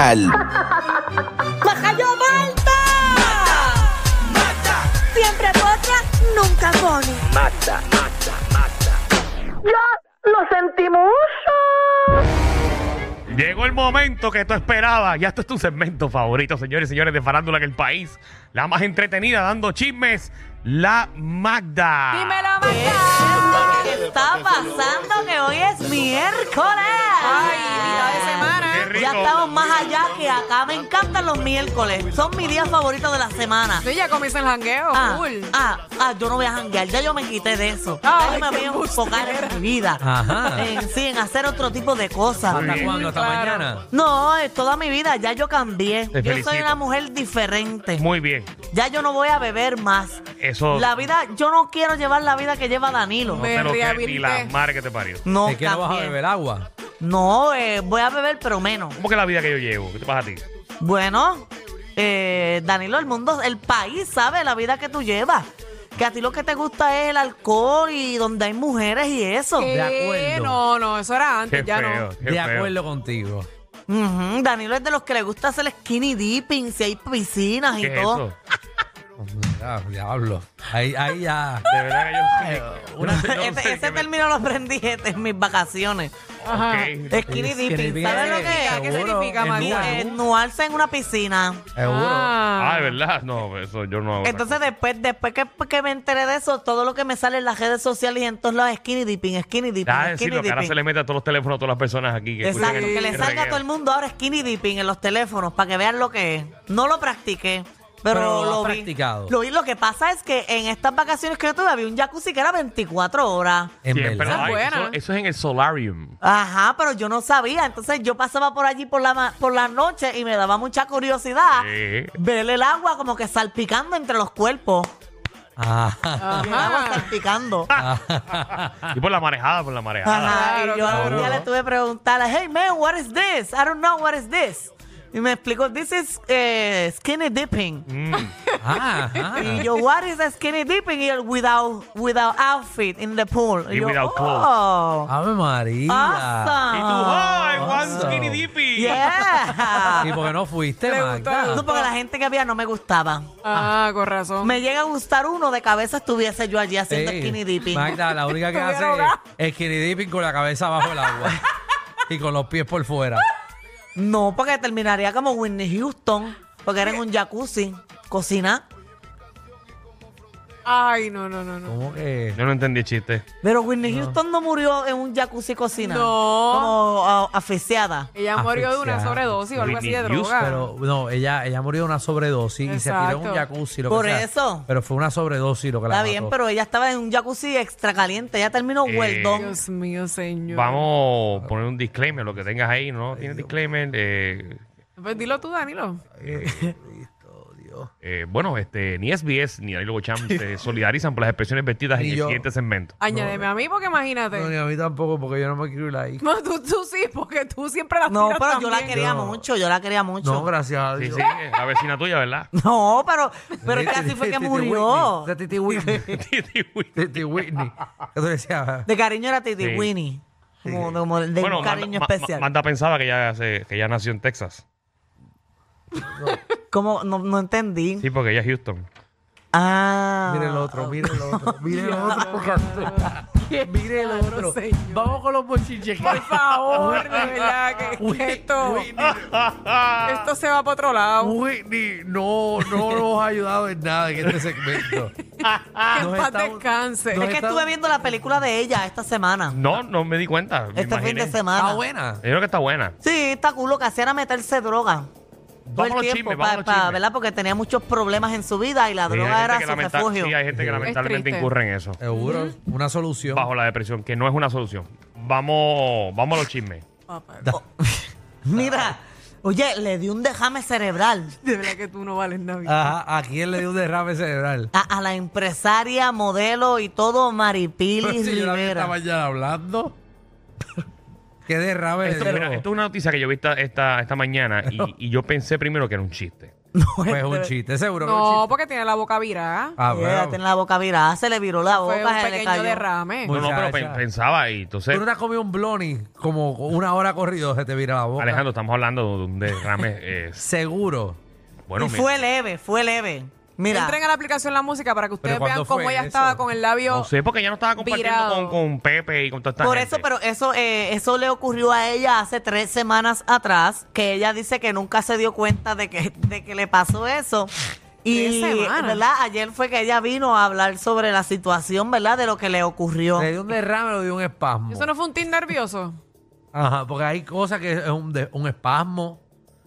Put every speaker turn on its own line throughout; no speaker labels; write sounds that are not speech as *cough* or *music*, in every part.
Digital.
¡Majayo Malta! ¡Mata! ¡Mata! Siempre potra, nunca pone.
Mata, mata, mata.
¡Ya lo sentimos!
Llegó el momento que tú esperabas. Ya esto es tu segmento favorito, señores y señores de Farándula en el país. La más entretenida, dando chismes, la Magda.
Dímelo, Magda. ¿Qué está pasando? Que hoy es miércoles. Ay, mitad de
Qué
semana.
rico.
Ya estamos más allá que acá. Me encantan los miércoles. Son mi día favorito de la semana.
Sí, ya comienza el jangueo,
Ah,
full.
ah, ah, yo no voy a janguear, ya yo me quité de eso.
Ay,
ya yo me
qué
voy a enfocar en mi vida.
Ajá.
En, sí, en hacer otro tipo de cosas.
¿Hasta cuándo? ¿Hasta
Claro.
mañana?
No, es toda mi vida, ya yo cambié.
Te
yo soy
felicito.
una mujer diferente.
Muy bien.
Ya yo no voy a beber más.
Eso
La vida, yo no quiero llevar la vida que lleva Danilo.
no te lo
me
que ni
rehabilité.
la madre que te parió.
No,
¿De qué no vas a
cambié.
beber agua?
No, eh, voy a beber, pero menos.
¿Cómo que la vida que yo llevo? ¿Qué te pasa a ti?
Bueno, eh, Danilo, el mundo, el país sabe la vida que tú llevas. Que a ti lo que te gusta es el alcohol y donde hay mujeres y eso.
¿Qué?
acuerdo.
No, no, eso era
Qué
antes, ya
feo,
no.
qué
De
feo.
acuerdo contigo.
Ujú, Danilo es de los que le gusta hacer skinny dipping, si hay piscinas y
¿Qué es
todo.
eso?
Ah, diablo. Ahí, ahí ya.
De verdad que yo... Una,
*laughs* Ese- ese término lo aprendí este, en mis vacaciones. Skinny dipping, ¿sabes lo que es?
¿A qué significa, Magda?
Eh, nuarse en una piscina.
Seguro.
Ah,
Ah,
de verdad. No, eso yo no hago.
Entonces después, después que, que me enteré de eso, todo lo que me sale en las redes sociales y en todos lados skinny dipping, skinny dipping,
Ah,
skinny
decirlo, que ahora
dipping.
se le mete a todos los teléfonos a todas las personas aquí. Que escuchan
Exacto,
el-
que le
el
salga a
reguero.
todo el mundo ahora skinny dipping en los teléfonos para que vean lo que es. No lo practiqué, pero,
Pero lo has
lo vi.
practicado.
Lo vi. Lo que pasa es que en estas vacaciones que yo tuve había un jacuzzi que era 24 horas.
En
Siempre
verdad.
Esa es
hay.
Ah,
buena.
Eso, eso es en el solarium.
Ajá, pero yo no sabía. Entonces yo pasaba por allí por la, ma- por la noche y me daba mucha curiosidad
Sí.
ver el agua como que salpicando entre los cuerpos.
Ah,
El agua
Ajá.
salpicando.
Y por la marejada, por la marejada.
Ajá,
Claro,
y yo
claro.
un día le tuve que preguntar, hey man, what is this? I don't know what is this. Y me explicó, this is eh, skinny dipping.
Mm.
ah, ah.
Y yo, what is a skinny dipping? Y él, without, without outfit in the pool.
Y
yo,
without
oh,
Ave María.
Y tú,
ah, awesome.
¡ay, one skinny dipping!
Yeah.
¿Y por *laughs* qué no fuiste,
Le
Magda?
No, porque la gente que había no me gustaba.
ah, con razón.
Me llega a gustar uno de cabeza estuviese yo allí haciendo
Ey,
skinny dipping.
Magda, la única que hace es skinny dipping con la cabeza bajo
*laughs*
el agua y con los pies por fuera.
No, porque terminaría como Whitney Houston, porque era en un jacuzzi, cocina.
Ay, no, no, no, no.
¿Cómo que?
Yo no entendí el chiste.
Pero Whitney Houston no murió en un jacuzzi cocina.
No.
Como a- asfixiada.
Ella murió de una
Asfixiada.
sobredosis o algo así de
Whitney
droga.
Ah.
Pero no, ella, ella murió de una sobredosis y se tiró en un
Exacto.
jacuzzi. Lo
Por
que sea.
eso.
Pero fue una sobredosis lo que la
Está
mató.
bien, pero ella estaba en un jacuzzi extra caliente. Ella terminó
Eh,
hueldón.
Dios mío, señor.
Vamos a poner un disclaimer, lo que tengas ahí, ¿no? Tiene disclaimer. Eh,
Pues dilo tú, Danilo.
eh, bueno, este, ni SBS ni Danilo Bocham se
*laughs*
solidarizan por las expresiones vertidas en
Ni
el
yo.
siguiente segmento.
Añádeme a mí porque imagínate.
eh. No, ni
No,
a mí tampoco, porque yo no me quiero ir ahí.
tú, tú sí, porque tú siempre las
No,
tiras
pero yo la
también.
quería
No.
mucho, yo la quería mucho.
No, gracias a
Sí,
Dios.
sí, eh, la vecina tuya,
*laughs*
¿verdad?
No, pero, pero es que así fue que
Titi
murió.
Whitney. Esa
*laughs*
Titi Whitney. Titi Whitney. Que tú le decías,
De cariño era Titi
Sí.
Winnie. Como, como de un cariño
Manda- Ma-
especial.
Ma- Manda pensaba que ya, se- que ya nació en Texas.
Como, no, no entendí.
Sí, porque ella es Houston.
Ah.
Mire el otro, mire el otro, mire el otro. Mire el otro.
señor.
Vamos con los bochiches.
Por favor, de verdad, que, que esto, esto se va para otro lado.
Whitney no, no nos ha ayudado en nada en este segmento.
Que en
nos
paz
estamos-
descanse.
nos
Es que
está-
estuve viendo la película de ella esta semana.
No, no me di cuenta. me
este fin
imaginé.
de semana.
Está buena.
Yo creo que está buena.
Sí, está culo que hacía era meterse droga. Todo
Vamos a los
el tiempo,
chismes,
pa-
vamos a los
pa-
chismes.
¿verdad? Porque tenía muchos problemas en su vida y la
Sí, hay
droga
gente
era
que
su
lamenta-
refugio.
sí, hay gente que lamentablemente
triste.
incurre en eso.
Seguro. Una solución.
Bajo la depresión, que no es una solución. Vamos, vamos a los chismes.
*laughs* Papá,
Mira, oye, le di un dejame cerebral
de verdad que tú no vales Navidad.
Ah,
Ajá, ¿A quién le dio un derrame cerebral?
a, a la empresaria, modelo y todo,
*laughs*
Maripili
Si Pues yo la vi esta
Rivera.
mañana hablando. ¿Qué derrame
Esto,
le dio?
*laughs*
mira, esto es una noticia que yo vi esta, esta, esta mañana y, y yo pensé primero que era un chiste.
No,
Pues
es
un
de-
chiste, seguro. que es un
No,
chiste.
porque tiene la boca virada.
Ella
Ah, bueno.
tiene pues, la boca virada, se le viró la boca,
Fue un
se le cayó.
pequeño derrame.
No, no, pero
Muchacha.
pe- pensaba y entonces.
Tú no te has comido un bloni como una hora corrido, se te vira la boca.
Alejandro, estamos hablando de un derrame.
*laughs*
eh,
Seguro.
bueno,
y
mi-
fue leve, fue leve. Mira,
Entren a la aplicación La Música para que ustedes
¿Pero cuándo
vean cómo
fue
ella
eso?
estaba con el labio.
no sé, porque ella no estaba compartiendo con,
Virado.
con Pepe y con toda esta
por
gente.
eso, pero eso, eh, eso le ocurrió a ella hace tres semanas atrás, que ella dice que nunca se dio cuenta de que, de que le pasó eso. Y
Tres semanas.
¿verdad? ayer fue que ella vino a hablar sobre la situación, ¿verdad? De lo que le ocurrió.
Le dio un derrame, le dio un espasmo.
¿Eso no fue un tic nervioso?
Ajá, porque hay cosas que es un, de- un espasmo.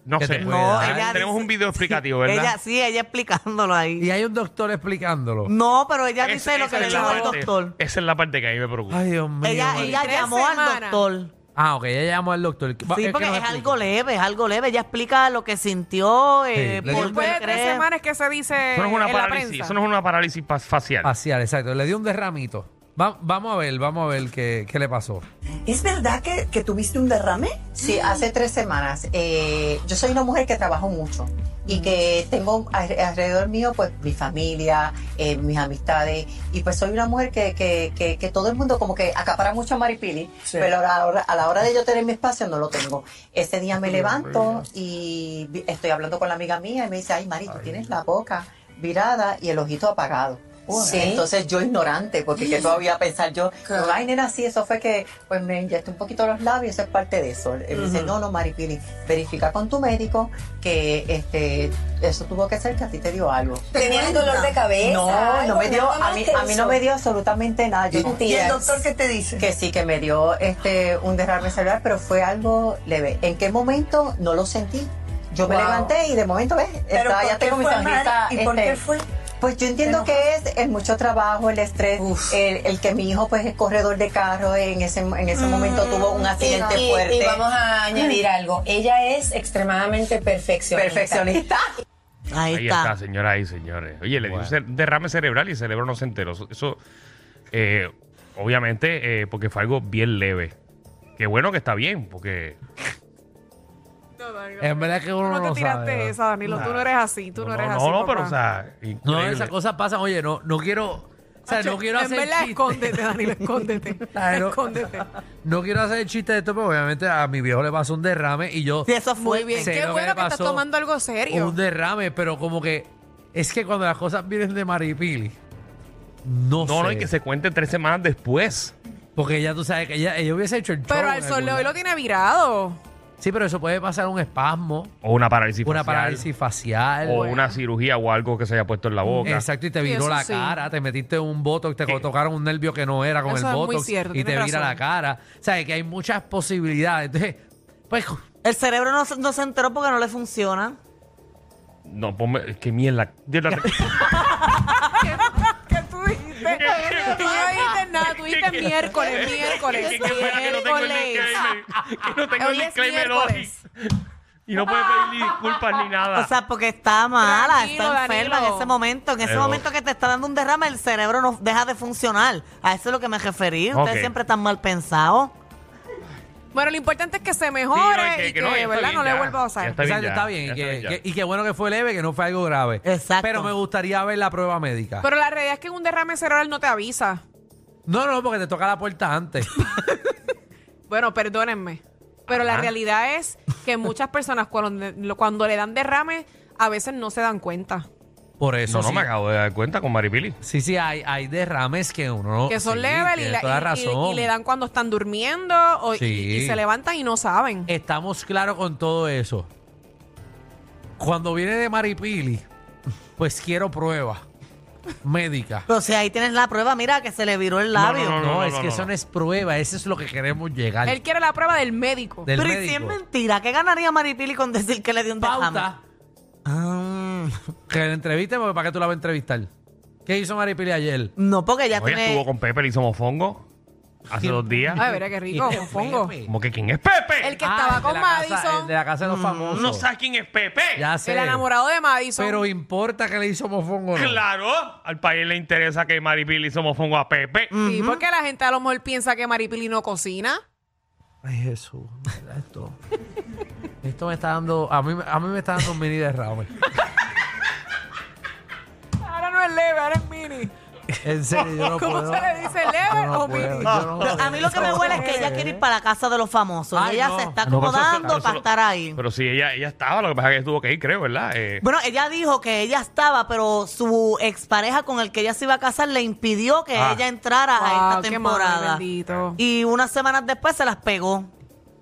No
que
sé.
te puede
No,
dar.
ella
Tenemos
dice-
un video explicativo, ¿verdad?
Ella, sí, ella explicándolo ahí.
Y hay un doctor explicándolo.
No, pero ella
Esa-
dice lo
esa
que le
es la
dijo el
parte-
doctor.
Esa es la parte que a mí me preocupa.
Ay, Dios mío.
Ella,
María.
ella
Tres
llamó al
semanas.
doctor.
Ah, ok, ella llamó al doctor.
Sí, porque es algo leve, es algo leve. Ella explica lo que sintió, eh,
Sí,
por
le dio-
qué
Después de tres
cree.
semanas que se dice
Eso no es una
en la
parálisis,
prensa.
eso no es una parálisis pa- facial.
Facial, exacto. Le dio un derramito. Va- vamos a ver, vamos a ver qué, qué le pasó.
¿Es verdad que, que tuviste un derrame?
Sí, hace tres semanas. Eh, yo soy una mujer que trabajo mucho y que tengo al- alrededor mío pues mi familia, eh, mis amistades y pues soy una mujer que, que, que, que todo el mundo como que acapara mucho a Maripili, pero a la, hora, a la hora de yo tener mi espacio no lo tengo. Ese día me levanto y vi- estoy hablando con la amiga mía y me dice, ay Mari, tú tienes la boca virada y el ojito apagado.
Sí.
Entonces yo ignorante, porque que
*laughs*
todavía pensar yo,
Claro.
ay nena, sí, eso fue que pues me inyecté un poquito los labios, eso es parte de eso. Él dice, no, no, Maripili, verifica con tu médico que este eso tuvo que ser que a ti te dio algo.
¿Tenías dolor de cabeza?
No, no
algo,
me dio,
nada
a
más
mí,
que
a mí
eso?
no me dio absolutamente nada. Yo
¿Y, y
sentía
el doctor qué te dice?
que sí, que me dio este un derrame celular, pero fue algo leve. ¿En qué momento no lo sentí? Yo me
Wow.
levanté y de momento, ¿ves?
¿Pero
Estaba-
por
ya
qué
tengo mi
fue mal?
sonrisa.
¿Y por
este,
qué fue?
pues yo entiendo que es el mucho trabajo, el estrés,
Uf.
el, el que mi hijo pues es corredor de carro, en ese, en ese momento tuvo un accidente
Mm. Y- y-
fuerte.
Y vamos a añadir algo. Ella es extremadamente perfeccionista.
Perfeccionista.
Ahí,
Ahí
está.
está, señoras y señores. Oye, le dio un
Bueno.
cer- derrame cerebral y el cerebro no se enteró. Eso, eso, eh, obviamente, eh, porque fue algo bien leve. Qué bueno que está bien, porque
No, Danilo,
En verdad que uno
tú no,
no
te tiraste
sabe, ¿no?
esa, Danilo. Tú no eres así, tú no, eres
no,
así.
no, pero
papá.
o sea,
No,
increíble.
esas cosas pasan. Oye, no, no quiero. O sea, no quiero
en
hacer
verdad,
chiste.
escóndete, Danilo, escóndete.
Claro.
Escóndete.
No quiero hacer chiste de esto, pero obviamente a mi viejo le pasó un derrame y yo.
Y eso fue
Muy bien.
sé
Qué
lo
bueno
le
que estás
pasó,
tomando algo serio.
Un derrame, pero como que. Es que cuando las cosas vienen de Maripili. No,
no,
sé.
no, y que se cuente tres semanas después.
Porque ella, tú sabes que ella, ella hubiese hecho el show.
Pero al
en
sol
algún
de hoy lo
lado.
tiene virado.
Sí, pero eso puede pasar un espasmo,
O una parálisis
una
facial,
parálisis facial.
O una cirugía o algo que se haya puesto en la boca.
Exacto, y te
Sí,
viró
eso
la
sí.
cara, te metiste un botox, te tocaron un nervio que no era con
Eso
el
es muy
botox
cierto,
y te
tienes
vira
razón.
la cara. O sea, que hay muchas posibilidades. Entonces, pues
El cerebro no, se- no se enteró porque no le funciona.
No, ponme, que mierda.
*laughs*
Dios la-
¿Qué tú dijiste? Tú no dijiste nada, tú dijiste miércoles, miércoles,
Que- que- que- espera, que no tengo el
miércoles.
disclaimer, que no tengo el
Hoy es
disclaimer hoy.
miércoles.
Y no puede pedir ni disculpas ni
Ah.
nada.
O sea, porque está mala,
Tranquilo,
está enferma en
Danilo.
ese momento. En ese
Pero-
momento que te está dando un derrame, el cerebro no deja de funcionar. A eso es lo que me referí.
Ok.
Ustedes siempre están mal pensados.
Bueno, lo importante es que se
Sí, no,
mejore
es
y que,
ya está
¿verdad?
bien
No le
ya.
vuelva a
Ya
pasar.
Está bien,
exacto,
ya,
está bien.
ya
y, que,
está bien,
que- y qué bueno que fue leve, que no fue algo grave.
Exacto.
Pero me gustaría ver la prueba médica.
Pero la realidad es que un derrame cerebral no te avisa.
No, no, porque te toca la puerta
*laughs*
antes.
Bueno, perdónenme. Pero la
Ajá.
realidad es que muchas personas cuando, cuando le dan derrame, a veces no se dan cuenta.
Por
ya.
eso.
No, no
sí.
me acabo de dar cuenta con Maripili.
Sí, sí, hay, hay derrames que uno no.
que son
sí,
level y,
tienes
la-
toda
y- y-
razón.
y le dan cuando están durmiendo o- y-
Sí.
y, se levantan y no saben.
Estamos claros con todo eso. Cuando viene de Maripili, pues quiero prueba médica.
Pero si ahí tienes la prueba, mira que se le viró el labio.
No,
No,
no,
es
no,
que
no,
eso
no.
no es prueba, eso es lo que queremos llegar.
Él quiere la prueba del médico.
del
Pero ¿y si es
médico.
mentira, ¿qué ganaría Maripili con decir que le dio un derrame?
Pauta
Ah,
*laughs* que la entreviste, porque para qué tú la vas a entrevistar. ¿Qué hizo Maripili ayer?
no, porque ya
Oye, estuvo
tiene...
con Pepe, le hizo mofongo hace dos días.
Ay, mira qué rico,
¿Quién es
mofongo.
Pepe?
Como que quién es Pepe?
El que
Ah,
estaba
el de
con
la casa-
Madison. Mm,
el de la casa de los
Tú
famosos.
no sabes quién es Pepe.
Ya sé.
El enamorado de Madison.
Pero importa que le hizo mofongo. o no?
Claro, al país le interesa que Maripili hizo mofongo a Pepe.
Sí, porque la gente a lo mejor piensa que Maripili no cocina.
Ay, Jesús,
*laughs*
mira esto. esto me está dando. A mí, a mí me está dando un mini derrame. En serio, yo no
¿Cómo
puedo.
se le dice,
Yo
lever
no
o
puedo,
midi?
yo no
A mí lo que me huele es que ella quiere ir para la casa de los famosos.
Ay,
ella
no.
se está
No,
Ah, pero eso-
acomodando
pero eso
para
lo-
estar ahí.
Pero sí, ella, ella estaba, lo que pasa es que tuvo que ir, creo, ¿verdad? Eh,
Bueno, ella dijo que ella estaba, pero su expareja con el que ella se iba a casar le impidió que
Ah.
ella entrara a
Wow,
esta
qué
temporada.
madre, bendito.
Y unas semanas después se las pegó.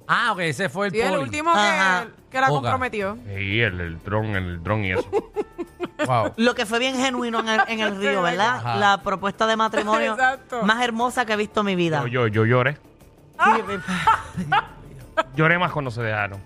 Ah, ok, ese fue el
Y el
poli.
último
Ajá.
que, que la
Oga.
comprometió.
y el, el dron, el dron y eso.
*laughs*
Wow.
Lo que fue bien genuino en el, en el río, ¿verdad?
Ajá.
La propuesta de matrimonio
Exacto.
más hermosa que he visto en mi vida.
Yo, yo, yo lloré.
Sí, me-
Lloré más cuando se dejaron.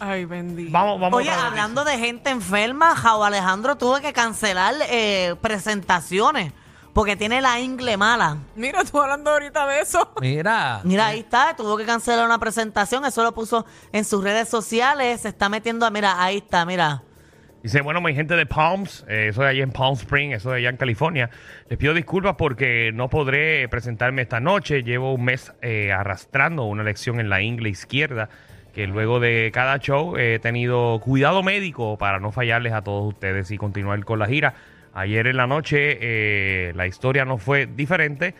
Ay, bendito.
Vamos, vamos.
Oye,
a otra noticia.
hablando de gente enferma, Jao Alejandro tuvo que cancelar eh, presentaciones porque tiene la ingle mala.
Mira, tú hablando ahorita de eso. *laughs*
Mira.
Mira, ahí está, tuvo que cancelar una presentación, eso lo puso en sus redes sociales, se está metiendo a, mira, ahí está, mira.
Dice, bueno, mi gente de Palms, eh, eso de allá en Palm Spring, eso de allá en California, les pido disculpas porque no podré presentarme esta noche. Llevo un mes eh, arrastrando una lesión en la ingle izquierda, que luego de cada show he tenido cuidado médico para no fallarles a todos ustedes y continuar con la gira. Ayer en la noche eh, la historia no fue diferente,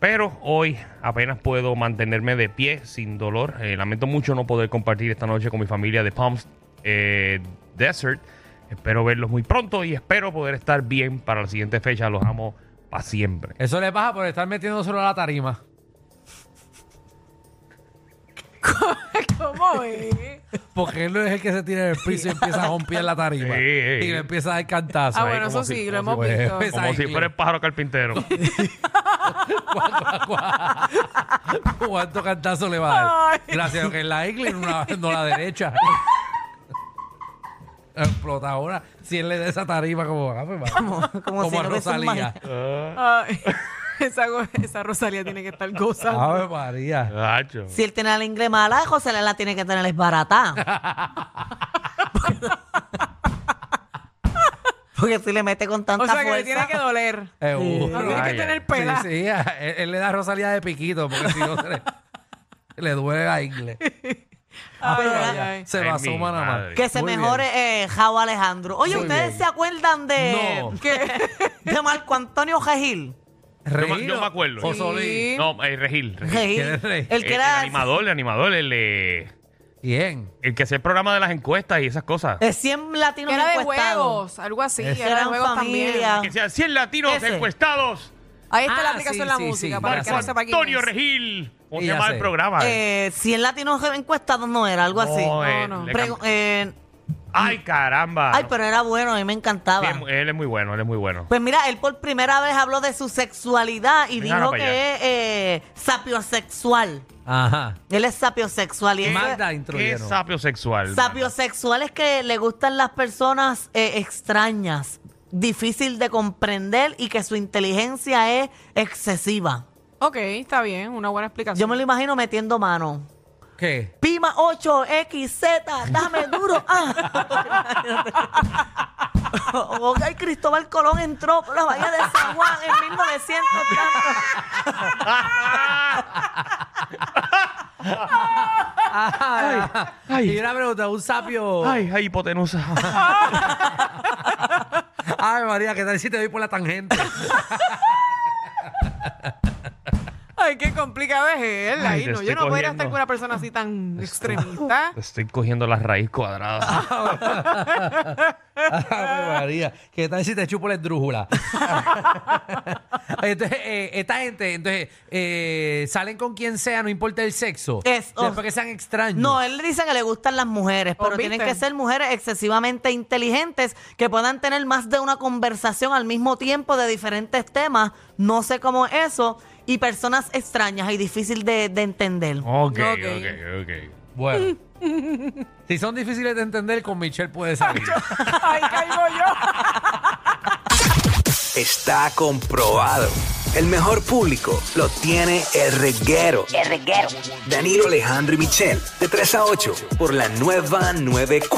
pero hoy apenas puedo mantenerme de pie sin dolor. Eh, lamento mucho no poder compartir esta noche con mi familia de Palms eh, Desert. Espero verlos muy pronto y espero poder estar bien para la siguiente fecha. Los amo para siempre.
Eso le pasa por estar metiéndoselo a la tarima.
¿Cómo es?
Porque él no es el que se tira del piso y empieza a romper la
Sí,
tarima. y
sí.
le empieza a dar cantazo.
Ah,
ahí
bueno,
como
eso
si-
sí, lo
como
hemos
si-
visto.
Empieza
Como
ahí,
si fuera el pájaro carpintero.
guau, guau, guau. ¿Cuánto cantazo le va a dar?
Ay.
Gracias a que en la ingle no la, no la derecha. Explota ahora. Si él le da esa tarima como, ah, pues, va.
como si
a
no hubiese un
Rosalía.
Ay, *laughs* esa, go- esa Rosalía tiene que estar gozando.
Ave Ah, pues, María.
Gacho.
Si él tiene la ingle mala, José la tiene que tener es barata. Porque si le mete con tanta
O sea que
fuerza.
le tiene que doler. No
Seguro.
tiene que
Ay, ay.
tener
Sí,
pela.
sí, a- él, él le da a Rosalía de piquito porque si no se le, le duele la ingle. Ah,
Ay,
Pero-
ay, ay.
Se lo
Ay, mi
asoma nada más.
madre.
Que se
Muy bien.
mejore eh, Jao Alejandro. Oye,
Muy
¿ustedes
bien.
se acuerdan de,
No.
de Marco Antonio
Yo
Regil?
me-
Regino
yo me acuerdo.
o
Sí.
Solís.
No, eh, Regil. Regil.
Regil.
¿Quién es Regil?
El
Eh,
que
el
era.
animador, el animador, el, eh,
¿Quién?
el que hacía el programa de las encuestas y esas cosas.
de 100 latinos
Que era de
encuestados.
juegos, algo así.
Ese.
Era de
Eran
juegos
familia.
también.
Que sea 100 latinos
Ese.
encuestados.
Ahí está
Ah,
la aplicación
sí,
de la
sí,
música
sí,
para el
ya
que
Marco
no
sé.
sepa quién
Antonio
es.
Regil. ¿Cómo se
Ya
llama
sé.
el programa?
Eh, 100 latinos encuestados no era, algo así.
No, eh,
no.
le
Pregu-
cambió.
eh,
Ay, caramba.
ay, pero era bueno, a mí me encantaba.
Bien, él es muy bueno, él es muy bueno.
Pues mira, él por primera vez habló de su sexualidad y
Venga,
dijo
para
que
allá.
es eh, sapiosexual.
Ajá.
Él es sapiosexual. Y eso es-
Magda
¿Qué
introdujeron.
sapio sexual?
sapiosexual es que le gustan las personas eh, extrañas, difícil de comprender y que su inteligencia es excesiva.
Ok, está bien, una buena explicación.
Yo me lo imagino metiendo mano.
¿Qué?
Pima 8XZ, dame duro. Ah. *laughs* Ok, Cristóbal Colón entró por la bahía de San Juan en 1900.
Y una pregunta, un sapio. Ay,
Ay, ay, hipotenusa.
*laughs*
María, ¿qué tal si te doy por la tangente?
Ay, qué complicado es él.
Ay,
Ahí
te
no, yo
estoy
no podría estar
cogiendo.
con una persona así tan extremista.
Estoy cogiendo la raíz
*laughs*
cuadrada.
Ave María, ¿qué tal si te chupo la esdrújula? *laughs* entonces, eh, esta gente, entonces, eh, salen con quien sea, no importa el sexo.
Es-
Después
oh.
que sean extraños.
No, él dice que le gustan las mujeres,
Oh,
pero tienen
¿viste?
que ser mujeres excesivamente inteligentes que puedan tener más de una conversación al mismo tiempo de diferentes temas, no sé cómo eso, y personas extrañas y difícil de, de entender.
ok,
Ok.
ok, ok.
*laughs*
Bueno. si son difíciles de entender, con Michelle puede salir.
Ay, caigo yo.
Está comprobado. El mejor público lo tiene el reguero. El reguero. Danilo Alejandro y Michel, de 3 a 8, por la nueva 94.